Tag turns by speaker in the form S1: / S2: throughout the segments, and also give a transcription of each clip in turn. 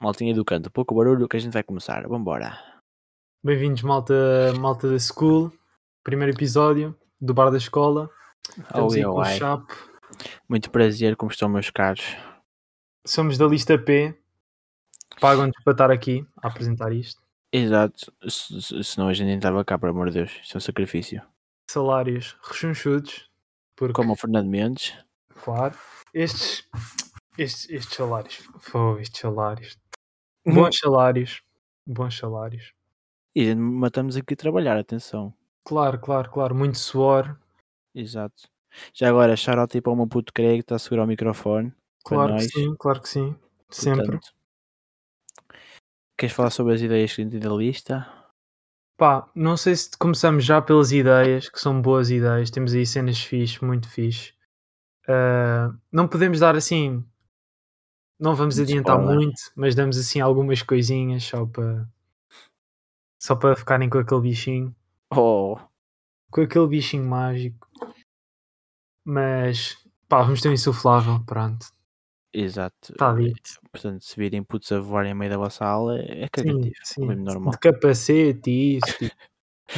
S1: Maltinha do canto, pouco barulho que a gente vai começar. Vambora.
S2: Bem-vindos, malta, malta da School. Primeiro episódio do Bar da Escola. Estamos
S1: Oh,
S2: aí
S1: eu,
S2: com o
S1: ai.
S2: Chapo.
S1: Muito prazer, como estão, meus caros?
S2: Somos da lista P. Pagam-nos para estar aqui a apresentar isto.
S1: Exato, se- se- senão a gente nem estava cá, por amor de Deus. Isso é um sacrifício.
S2: Salários rechonchudos. Porque,
S1: Como o Fernando Mendes,
S2: claro, estes, estes, estes salários. Pô, estes salários. Bons salários. Bons salários.
S1: e a gente matamos aqui a trabalhar, atenção.
S2: Claro, claro, claro. Muito suor.
S1: Exato. Já agora, shoutout aí para o meu puto Craig que está a segurar o microfone.
S2: Claro que
S1: nós.
S2: sim, claro que sim. Sempre.
S1: Portanto, queres falar sobre as ideias que a gente tem da lista?
S2: Pá, não sei se começamos já pelas ideias, que são boas ideias, temos aí cenas fixe, muito fixe. Ah, não podemos dar assim, não vamos
S1: Muito
S2: adiantar
S1: spoiler.
S2: muito, mas damos assim algumas coisinhas só para só para ficarem com aquele bichinho,
S1: Oh,
S2: com aquele bichinho mágico. Mas pá, vamos ter um insuflável, pronto,
S1: exato.
S2: está dito.
S1: Portanto, se virem putos a voar em meio da vossa aula, é
S2: Sim,
S1: cagativo.
S2: sim.
S1: mesmo normal.
S2: De capacete e isso, tipo,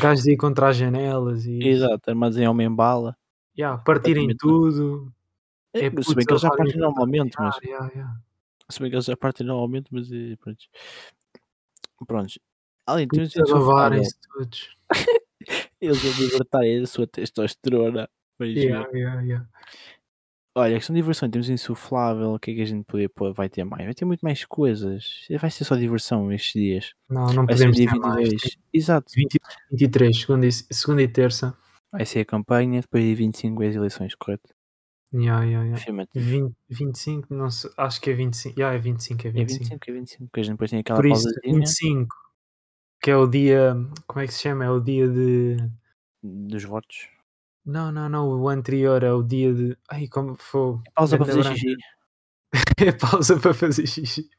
S2: gajos de ir contra as janelas e
S1: Exato, armados em homem bala.
S2: yeah, partirem
S1: É, completamente.
S2: tudo.
S1: É,
S2: puto,
S1: se bem que eles já
S2: eles
S1: partem
S2: sabem-
S1: normalmente, mas
S2: Ah, yeah, yeah.
S1: se bem que eles já partem normalmente, mas eh, pronto. Prontos. Além de
S2: Putos a lavarem-se todos.
S1: eles a libertarem a sua testosterona. Mas, eh,
S2: Yeah, yeah, yeah.
S1: Olha, questão de diversão, temos insuflável, o que é que a gente podia pôr? Vai ter mais? Vai ter muito mais coisas. Vai ser só diversão estes dias.
S2: Não, não
S1: Vai ser
S2: podemos
S1: dia
S2: ter mais.
S1: 22. Exato.
S2: 20, 23, segunda e, segunda e terça.
S1: Vai ser a campanha, depois dia 25 é as eleições, correto?
S2: Yeah, yeah, yeah.
S1: Afirmativo.
S2: 20, 25, não sei, acho que é 25. Yeah, é 25, é
S1: É
S2: 25.
S1: 25, é 25, porque a gente depois tem aquela
S2: Por isso,
S1: pausazinha
S2: 25, que é o dia. Como é que se chama? É o dia de.
S1: dos votos.
S2: Não, não, não, o anterior é o dia de. Ai, como foi?
S1: Pausa para
S2: Ganda
S1: fazer
S2: branca.
S1: xixi.
S2: É pausa para fazer xixi.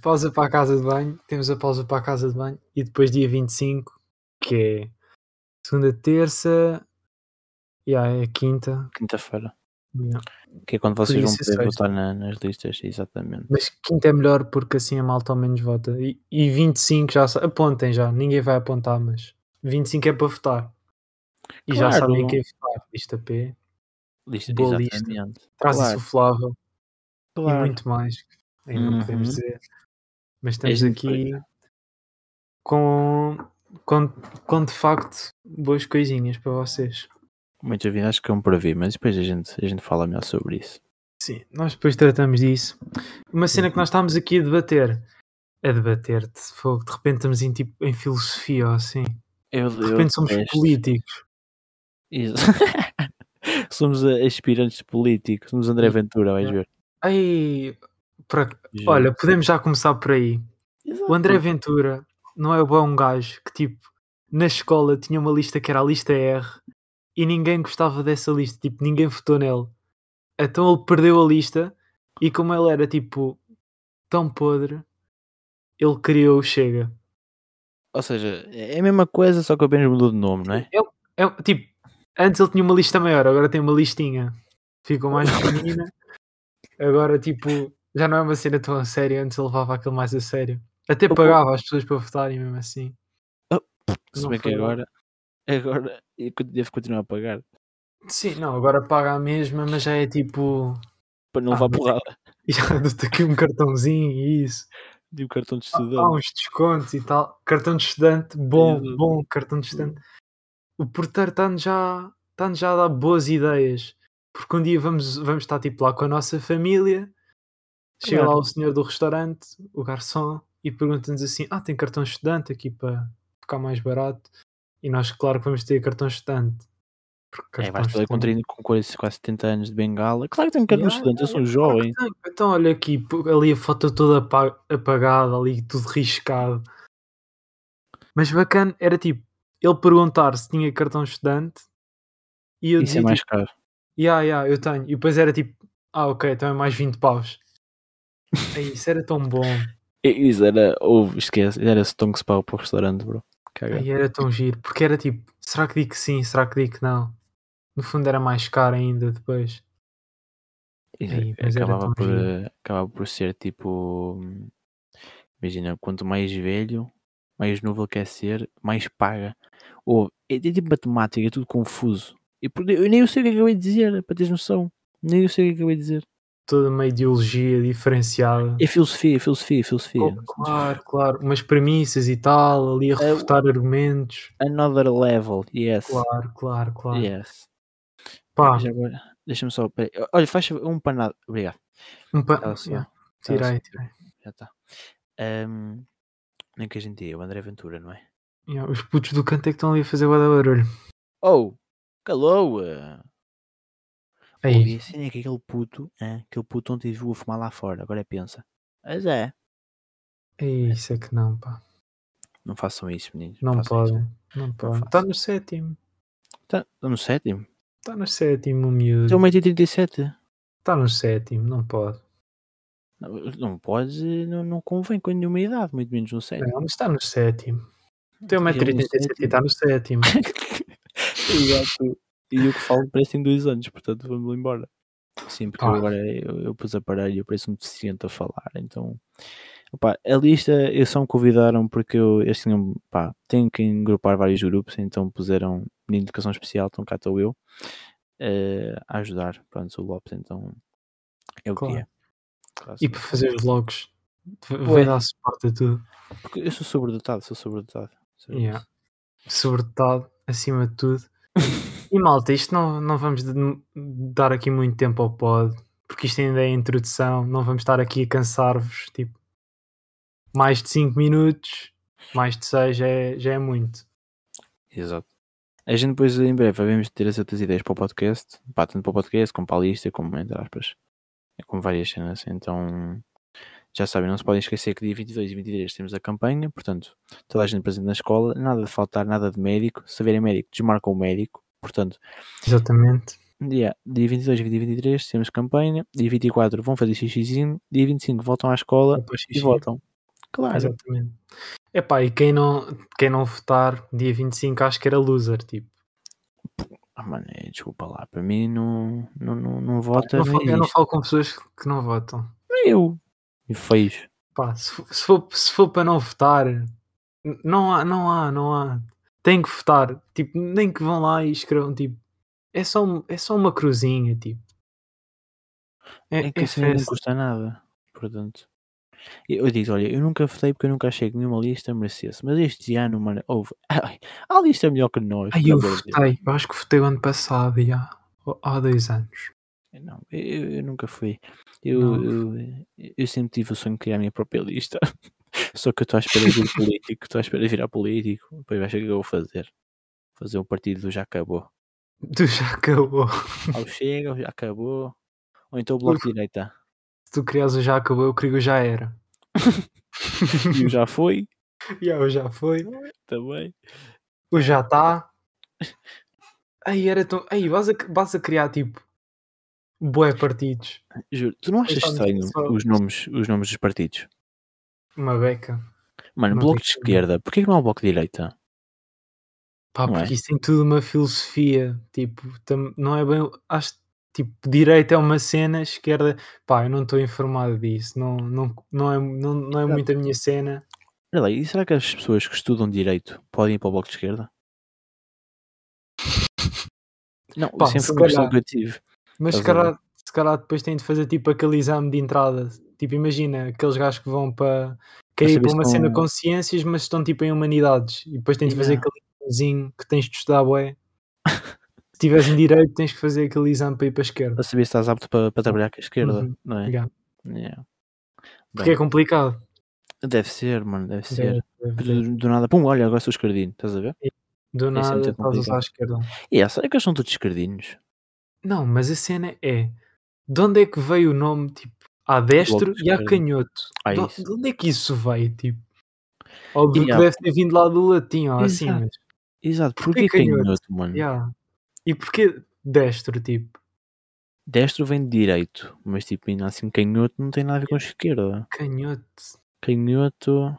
S2: Pausa para a casa de banho. Temos a pausa para a casa de banho. E depois dia 25, que é segunda, terça. Yeah, é quinta.
S1: Quinta-feira.
S2: Yeah.
S1: Que é quando vocês vão
S2: isso é
S1: poder
S2: sexta.
S1: votar na- nas listas, exatamente.
S2: Mas quinta é melhor porque assim a malta ao menos vota. E, e 25 já sa- apontem já. Ninguém vai apontar, mas 25 é para votar. E já
S1: Claro.
S2: sabem a quem é votar. Lista P.
S1: Lista,
S2: Boa lista.
S1: exatamente.
S2: Traz
S1: Claro.
S2: insuflável
S1: Claro.
S2: e muito mais. Ainda não podemos
S1: Uhum.
S2: dizer. Mas estamos
S1: gente
S2: aqui com, com, com de facto boas coisinhas para vocês.
S1: Muito ouvido, acho que é um para vir, mas depois a gente, a gente fala melhor sobre isso.
S2: Sim, nós depois tratamos disso. Uma cena que
S1: Uhum.
S2: nós estávamos aqui a debater. A debater de fogo. De repente estamos em, tipo, em filosofia ou assim.
S1: Eu,
S2: De repente somos políticos.
S1: somos eh, aspirantes políticos, somos André Ventura, vais ver.
S2: Ai, por ac- olha, podemos já começar por aí. O André Ventura não é bom um gajo que, tipo, na escola tinha uma lista que era a lista R e ninguém gostava dessa lista, tipo, ninguém votou nele. Então ele perdeu a lista e, como ele era, tipo, tão podre, ele criou o Chega.
S1: Ou seja, é a mesma coisa, só que apenas mudou de nome, não é?
S2: É, tipo, antes ele tinha uma lista maior, agora tem uma listinha. Ficou mais pequenina. Agora, tipo, já não é uma cena tão a sério. Antes ele levava aquilo mais a sério. Até
S1: Opa.
S2: pagava as pessoas para votarem mesmo assim.
S1: Se
S2: Não
S1: bem que
S2: foi
S1: agora, agora eu co- devo continuar a pagar
S2: Sim, não, agora paga a mesma, mas já é tipo.
S1: para não
S2: Ah,
S1: levar
S2: mas-
S1: porrada.
S2: Já dou-te aqui um cartãozinho e isso.
S1: Digo cartão de É,
S2: Há
S1: estudante.
S2: uns descontos e tal. Cartão de estudante, bom,
S1: Exato.
S2: bom cartão de estudante. O porteiro está-nos já, está já a dar boas ideias. Porque um dia vamos, vamos estar tipo lá com a nossa família. Chega lá
S1: Claro.
S2: o senhor do restaurante, o garçom, e pergunta-nos assim: Ah, tem cartão de estudante aqui para ficar mais barato? E nós, claro que vamos ter cartão de estudante. Porque
S1: É, vais falar com,
S2: estudante-
S1: 30, com 40, quase 70 anos de bengala. Claro que tenho cartão de
S2: Yeah,
S1: estudante, eu sou um
S2: Claro que
S1: jovem.
S2: tem. Então olha aqui, pô, ali a foto toda apa- apagada, ali tudo riscado. Mas bacana, era tipo, ele perguntar se tinha cartão de estudante e eu
S1: Isso é
S2: dizia
S1: mais
S2: tipo,
S1: caro.
S2: yeah, yeah, eu tenho. E depois era tipo, ah ok, então é mais 20 paus. Ei, isso era tão bom,
S1: E- É, Isso era, ou esquece, era stonks para para o restaurante, bro. Caga.
S2: Ei, era tão giro, porque era tipo, será que digo que sim, será que digo que não? No fundo era mais caro ainda depois.
S1: Isso
S2: Ei, mas era
S1: acabava,
S2: tão
S1: por,
S2: giro.
S1: acabava por ser tipo. hum, Imagina, quanto mais velho, mais novo ele quer ser, mais paga. Ou é, é tipo matemática, é tudo confuso. E por- eu nem eu sei o que é que eu ia dizer, para teres noção. Nem eu sei o que é que eu ia dizer.
S2: Toda uma ideologia diferenciada.
S1: É filosofia, é filosofia, é filosofia.
S2: Oh, claro, claro. Umas premissas e tal, ali a
S1: É,
S2: refutar argumentos.
S1: Another level, yes.
S2: Claro, claro, claro.
S1: Yes.
S2: Pá,
S1: Já agora, Deixa-me só. peraí. Olha, faz favor, um panado. Obrigado.
S2: um pa...
S1: Tá, só.
S2: yeah, tirei, tirei.
S1: Já está. Ahm, nem que a gente diga, o André Ventura, não é?
S2: Yeah, os putos do canto é que estão ali a fazer bué de barulho.
S1: Oh! Calou! ah.
S2: Aí,
S1: Ouvi a cena é que aquele puto, ah, aquele puto ontem viu a fumar lá fora, agora é pensa. Mas é.
S2: aí, isso é que não, pá.
S1: Não façam isso, meninos.
S2: Não
S1: façam isso.
S2: podem. Não podem.
S1: façam.
S2: Está no sétimo.
S1: Tá, tá no sétimo?
S2: Está no sétimo, o
S1: Tem
S2: miúdo.
S1: 1,37m.
S2: Está no sétimo, não pode.
S1: Não, não podes, eh, não, não convém com nenhuma idade, muito menos no sétimo.
S2: Não, mas está no sétimo. Tem
S1: Então,
S2: 1,87m e
S1: ele
S2: está no sétimo.
S1: Exato. E o que falo parecem dois anos, portanto vamos embora. Sim, porque eu
S2: Pá.
S1: agora eu, eu pus aparelho e eu pareço um deficiente a falar, então. Opá, a lista eles só me convidaram porque eu, eles tinham, pá, tenho que engrupar vários grupos, então puseram menino de educação especial, então cá estou eu eh, a ajudar. Pronto, sou o Lopes, então é o
S2: Claro.
S1: que é. Claro,
S2: E
S1: sim.
S2: para fazer os logs. Vai
S1: Ué.
S2: dar suporte a tudo.
S1: Porque eu sou sobredotado, sou sobredotado. Sou-
S2: Yeah. Sobredotado, acima de tudo. E malta, isto não, não vamos de- dar aqui muito tempo ao pod, porque isto ainda é a introdução, não vamos estar aqui a cansar-vos. Tipo, mais de 5 minutos, mais de 6 já é, já é muito.
S1: Exato. A gente depois em breve vamos ter as outras ideias para o podcast, pá, tanto para o podcast como para a lista, como entre aspas, é como várias cenas. Então já sabem, não se podem esquecer que dia 22 e 23 temos a campanha, portanto, toda a gente presente na escola, nada de faltar, nada de médico. Se haverem médico, desmarcam o médico. Portanto,
S2: Exatamente.
S1: dia, dia 22 e dia 23 temos campanha, dia 24 vão fazer xixizinho, dia 25 voltam à escola
S2: Depois
S1: e
S2: xixi.
S1: voltam. Claro,
S2: é, Exatamente. Epá, e quem não, quem não votar dia 25 acho que era loser, tipo.
S1: ah, mano, é, desculpa lá, para mim não, não, não, não
S2: Pá,
S1: vota.
S2: eu, não falo, eu não
S1: isto.
S2: falo com pessoas que não votam.
S1: Eu. E feios.
S2: Pá, se, fo- se for, se for para não votar, n- não há, não há, não há. Tem que votar. Tipo, nem que vão lá e escrevam, tipo, é só, um- é só uma cruzinha, tipo. É,
S1: É que
S2: é
S1: assim não
S2: festa.
S1: custa nada. Portanto, eu eu digo, olha, eu nunca votei porque eu nunca achei que nenhuma lista merecesse. Mas este ano, mano, houve. Ai, há lista melhor que nós.
S2: Ai,
S1: pelo
S2: eu
S1: amor de Deus.
S2: votei. Eu acho que votei o ano passado, e há, há dois anos.
S1: Não, eu, eu nunca fui. Eu,
S2: Não.
S1: eu, eu sempre tive o sonho de criar a minha própria lista. Só que eu estou à espera de vir político, estou à espera de virar político. Depois vais ver o que eu vou fazer. Fazer o partido do já acabou.
S2: Tu já acabou.
S1: Ao chega, o já acabou. Ou então o bloco de direita.
S2: Se tu crias o já acabou, eu queria o já era.
S1: E o já foi,
S2: e há, o já foi.
S1: também.
S2: O já está. Aí era tão. Aí vas a, vas a criar, tipo, bué partidos.
S1: Juro, tu não achas
S2: Então,
S1: estranho
S2: só-
S1: os nomes, os nomes dos partidos?
S2: Uma beca.
S1: Mano,
S2: Não
S1: bloco de
S2: tem como.
S1: esquerda, porquê que não há o bloco de direita?
S2: Pá,
S1: Não é?
S2: porque isso tem tudo uma filosofia. Tipo, tam- não é bem. Acho tipo, direita é uma cena, esquerda. Pá, eu não estou informado disso. Não, não, não, é, não, não é
S1: Exato.
S2: muito a minha cena.
S1: Olha lá, e será que as pessoas que estudam direito podem ir para o bloco de esquerda? Não,
S2: Pá,
S1: sempre
S2: se
S1: foi uma questão
S2: calhar.
S1: que eu tive.
S2: Mas se
S1: Estás a ver?
S2: calhar, se calhar depois tem de fazer tipo aquele exame de entrada. Tipo, imagina aqueles gajos que vão para. cair
S1: saber
S2: para
S1: se
S2: uma cena
S1: estão-
S2: com ciências, mas estão tipo em humanidades. E depois tem de fazer
S1: Yeah.
S2: aquele examezinho que tens de estudar, bué. Se tiveres em direito, tens que fazer aquele exame para ir para a esquerda.
S1: Para saber se estás apto para, para trabalhar com a esquerda,
S2: Uhum.
S1: não é?
S2: Yeah.
S1: Yeah.
S2: Porque é complicado.
S1: Deve ser, mano, deve ser.
S2: Deve- deve-
S1: Do, do nada, pum, olha, agora sou esquerdino, estás a ver?
S2: Do
S1: É sempre
S2: nada
S1: complicado.
S2: estás a usar à esquerda.
S1: E yeah, será que eles são todos esquerdinos?
S2: Não, mas a cena é de onde é que veio o nome tipo à destro
S1: de
S2: e à
S1: esquerda.
S2: canhoto?
S1: Ah,
S2: de,
S1: isso.
S2: de onde é que isso veio? Tipo? Óbvio
S1: Yeah.
S2: que deve ter vindo lá do latim ou assim,
S1: Exato.
S2: mas.
S1: Exato,
S2: Porquê
S1: porquê canhoto,
S2: canhoto?
S1: mano?
S2: Yeah. E porquê destro? Tipo,
S1: Destro vem de direito, mas tipo, ainda assim, canhoto não tem nada a ver com esquerda.
S2: canhoto.
S1: Canhoto.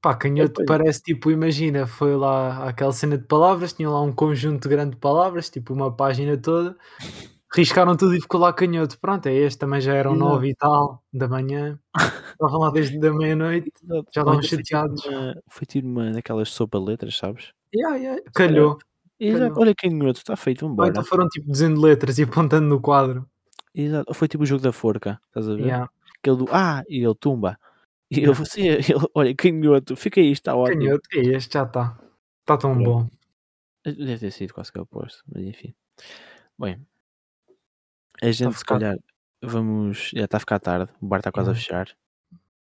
S2: Pá, canhoto
S1: Pois.
S2: parece tipo, imagina, foi lá aquela cena de palavras, tinha lá um conjunto grande de palavras, tipo uma página toda, Riscaram tudo e ficou lá canhoto. Pronto, é este. Também já eram
S1: Exato.
S2: nove e tal da manhã. Estavam lá desde da meia-noite. Já estavam chateados.
S1: Foi tido uma daquelas sopa de letras, sabes?
S2: Yeah, yeah, Calhou.
S1: Exato.
S2: Calhou.
S1: Olha que engraçado, está feito,
S2: Ou
S1: vambora.
S2: então foram tipo dizendo letras e apontando no quadro.
S1: Exato. Foi tipo o jogo da forca, estás a ver?
S2: Yeah.
S1: Aquele do ah, e ele tumba. E ele, você, ele, olha, canhoto, fica aí, está ótimo.
S2: Canhoto. É este, já está. Está tão
S1: Pronto.
S2: bom.
S1: Eh, Deve ter sido quase que o oposto, mas enfim. Bem, a gente, se
S2: ficar-
S1: calhar, vamos. Já está a ficar tarde, o bar está quase a
S2: Uhum.
S1: fechar.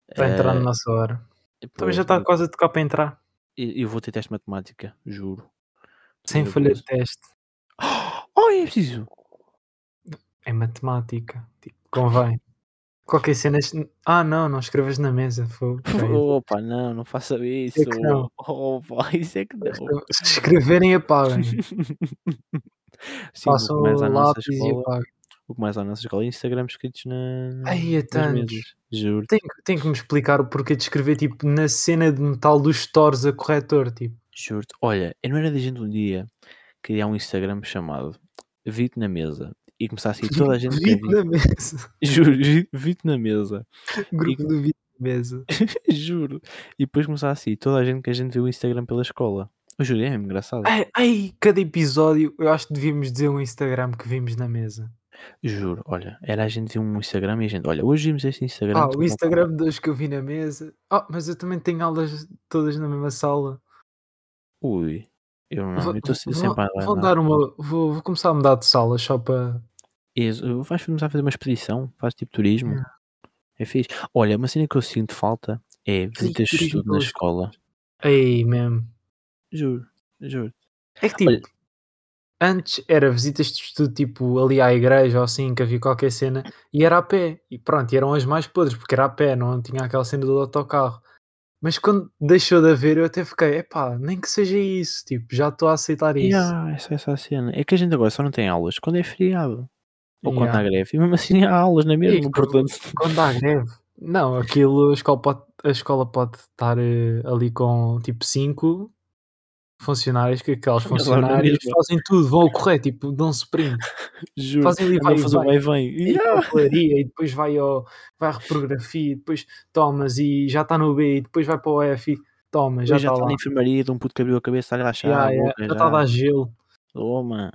S2: Está
S1: Eh,
S2: entrando na nossa hora. Também
S1: pois,
S2: já tá está
S1: eu-
S2: quase a tocar para entrar.
S1: Eu vou ter teste de matemática, juro.
S2: Sem
S1: Meu
S2: folha
S1: Deus.
S2: de teste.
S1: Oh, é preciso!
S2: É matemática. Tipo, convém. Qualquer cena. este- Ah, não, não escrevas na mesa. Fogo. feio.
S1: Opa, não, não faça isso.
S2: é que não.
S1: Opa, isso é que não.
S2: Se escreverem, apaguem.
S1: Sim,
S2: Façam
S1: o que mais há na nossa
S2: um lápis e
S1: escola,
S2: apaguem.
S1: o que mais há na nossa escola é Instagram escritos na...
S2: Ai, é
S1: nas
S2: tantos.
S1: mesas. Juro.
S2: Tem, que- tem que me explicar o porquê de escrever tipo na cena de metal dos stores a corretor. Tipo,
S1: Juro-te. Olha, eu não era de gente um dia criar um Instagram chamado Vite na Mesa e começar a seguir toda a gente que
S2: Vite
S1: vi.
S2: na mesa.
S1: Juro, vi- Vite na Mesa.
S2: Grupo do Vite na mesa.
S1: É. Juro. E depois começar a seguir toda a gente que a gente viu o Instagram pela escola. Eu juro, é mesmo engraçado.
S2: Ai, ai, cada episódio eu acho que devíamos dizer um Instagram que vimos na mesa.
S1: Juro, olha, era a gente viu um Instagram e a gente, olha, hoje vimos este Instagram.
S2: Ah,
S1: que
S2: o
S1: tem
S2: Instagram de hoje que eu vi na mesa. Ah, mas eu também tenho aulas todas na mesma sala.
S1: uma- Ui, eu não,
S2: Vou-
S1: eu estou
S2: vou-
S1: sempre a
S2: vou dar uma. Vou, vou começar a mudar de sala só para.
S1: Isso, vais começar a fazer uma expedição, faz tipo turismo.
S2: Yeah.
S1: É fixe. Olha, uma cena que eu sinto falta é visitas de
S2: turismo
S1: estudo na
S2: pelas
S1: escola.
S2: Aí mesmo.
S1: Juro, juro.
S2: É que tipo,
S1: Olha-
S2: antes era visitas de estudo tipo ali à igreja ou assim, que havia qualquer cena, e era a pé. E pronto, e eram as mais podres, porque era a pé, não tinha aquela cena do autocarro. Mas quando deixou de haver, eu até fiquei, epá, nem que seja isso, tipo, já estou a aceitar isso.
S1: Yeah, essa, essa cena. É que a gente agora só não tem aulas quando é feriado. Ou quando
S2: Yeah.
S1: há greve. E mesmo assim há aulas na mesma,
S2: quando-
S1: portanto.
S2: Quando há greve. Não, aquilo, a escola pode, a escola pode estar eh, ali com tipo 5 funcionários, que aqueles
S1: Mas lá na
S2: funcionários
S1: mesma.
S2: fazem tudo, vão ao correr, tipo, dão sprint,
S1: Juro.
S2: fazem ali
S1: andam
S2: vai
S1: a
S2: e
S1: fazer o
S2: vai.
S1: vai e vem.
S2: e
S1: Hum. Yeah.
S2: papelaria e depois vai ao vai à reprografia e depois tomas e já está no B e depois vai para o F e toma, já
S1: Depois já
S2: está
S1: está
S2: lá.
S1: na enfermaria de um puto que abriu a cabeça, está a relaxar.
S2: Ya,
S1: a
S2: ya,
S1: boca,
S2: Já tá está a dar gelo.
S1: Toma.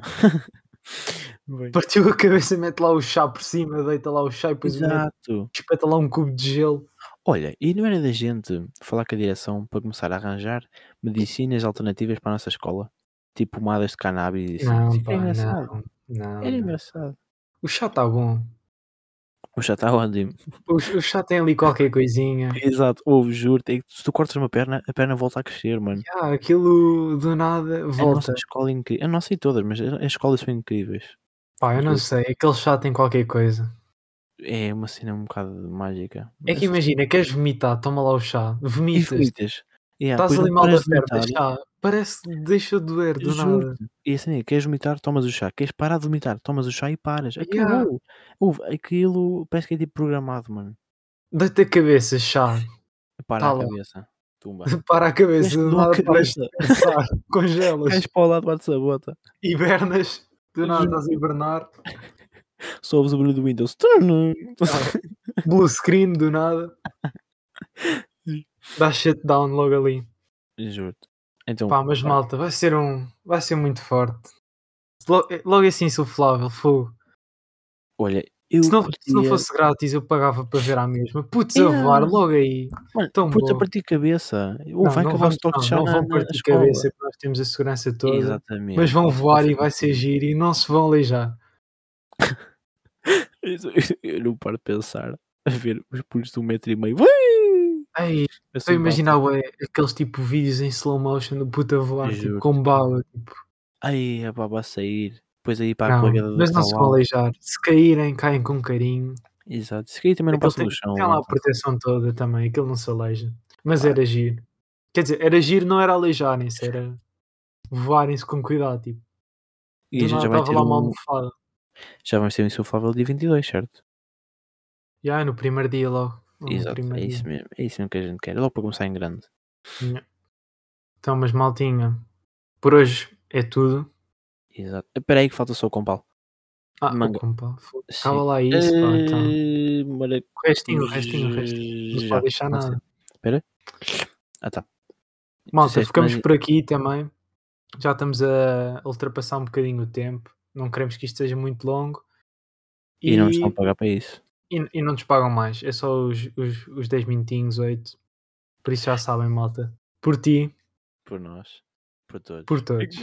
S1: Bem,
S2: Partiu a cabeça, mete lá o chá por cima, deita lá o chá e depois mete,
S1: Exato.
S2: espeta lá um cubo de gelo.
S1: Olha, e não era da gente falar com a direção para começar a arranjar medicinas alternativas para a nossa escola? Tipo pomadas de cannabis e assim.
S2: Não,
S1: Isso
S2: pá,
S1: era engraçado.
S2: não, não,
S1: Era
S2: não.
S1: engraçado.
S2: O chá está bom.
S1: O chá está ótimo.
S2: O, o chá tem ali qualquer coisinha.
S1: Exato, ouve, juro. tem- Se tu cortas uma perna, a perna volta a crescer, mano.
S2: Ah, aquilo do nada
S1: A nossa
S2: volta.
S1: escola é incrível. Eu não sei todas, mas as escolas são incríveis.
S2: Pá, eu não
S1: Juro.
S2: sei, aquele chá tem qualquer coisa.
S1: É uma cena um bocado mágica.
S2: É que imagina, queres vomitar, toma lá o chá,
S1: E
S2: vomitas,
S1: vomitas. Yeah,
S2: Estás
S1: depois
S2: ali
S1: não
S2: mal da
S1: paras de
S2: perna,
S1: vomitar. né?
S2: chá. Parece que deixa de doer do
S1: Juro.
S2: nada.
S1: E assim, queres vomitar, tomas o chá. Queres parar de vomitar, tomas o chá e paras.
S2: Yeah.
S1: Acabou. Ouve, aquilo parece que é tipo programado, mano.
S2: Deita a cabeça, chá.
S1: Para
S2: Tá
S1: a
S2: lá.
S1: cabeça. Tumba.
S2: Para a cabeça,
S1: Parece que
S2: do
S1: dou a
S2: nada paras de
S1: cabeça.
S2: pensar. Congelas,
S1: Cais para o lado, bate-se a bota.
S2: hibernas, do nada
S1: Juro.
S2: estás a hibernar.
S1: Só ouves o barulho do Windows. Turn.
S2: Blue screen, do nada. Dá shutdown logo ali.
S1: Juro-te. Então,
S2: Pá, mas
S1: pá,
S2: malta, vai ser um. Vai ser muito forte. Logo, logo assim insuflável, fogo.
S1: olha, eu.
S2: Se não, se não
S1: curtia-
S2: fosse grátis, eu pagava para ver à mesma. Putz,
S1: é. Yeah.
S2: a voar logo aí.
S1: Mano,
S2: tão
S1: puta,
S2: bom.
S1: partir cabeça. Ou
S2: Não,
S1: vai
S2: não
S1: acabar o
S2: vamos,
S1: estoque de chá
S2: não, não
S1: na, na,
S2: vão
S1: na
S2: partir
S1: escola.
S2: cabeça que nós temos a segurança toda.
S1: Exatamente.
S2: Mas vão
S1: Nossa,
S2: voar e
S1: nossa,
S2: vai
S1: nossa.
S2: ser giro e não se vão aleijar.
S1: Isso- Eu não paro de pensar a ver os pulos de um metro e meio. Ui!
S2: Ai,
S1: Assim,
S2: É estou a imaginar ué, aqueles tipo vídeos em slow motion do puta voar, tipo,
S1: Juro-te.
S2: com bala. Tipo,
S1: Ai, a baba a sair. Depois aí para a
S2: não,
S1: plegada do
S2: mas não se vão
S1: cavalo.
S2: aleijar. Se caírem, caem com carinho.
S1: Exato. Se cair também não
S2: Aquilo
S1: passa
S2: tem,
S1: do chão. então.
S2: tem lá a
S1: malta.
S2: proteção toda também, aquilo não se aleija. Mas
S1: Claro.
S2: era giro. Quer dizer, era giro, não era aleijarem-se, era voarem-se com cuidado. Tipo,
S1: E
S2: do
S1: a gente
S2: nada
S1: já vai
S2: estava
S1: ter
S2: lá uma
S1: um...
S2: almofada.
S1: Já vamos ter um insuflável dia 22, certo?
S2: E ai, no primeiro dia logo. no
S1: Exato. É
S2: primeiro dia.
S1: isso mesmo. É isso mesmo que a gente quer. É Logo para começar em grande.
S2: Então, mas maltinha, por hoje é tudo.
S1: Exato. Espera aí que falta só o compal.
S2: Ah,
S1: Manga.
S2: opa, pá, foda-se.
S1: Sim.
S2: Estava lá isso, pá, então.
S1: Eh, maracu-
S2: O restinho, o restinho, o restinho. Não
S1: Já,
S2: pode deixar
S1: não sei.
S2: nada.
S1: Espera. Ah, tá.
S2: Malta,
S1: Disseste,
S2: ficamos
S1: mas-
S2: por aqui também. Já estamos a ultrapassar um bocadinho o tempo. Não queremos que isto seja muito longo.
S1: E, não nos estão a pagar para isso.
S2: e- e não nos pagam mais. É só os, os, os 10 minutinhos, 8. Por isso já sabem, malta. Por ti,
S1: Por nós. Por todos.
S2: por todos.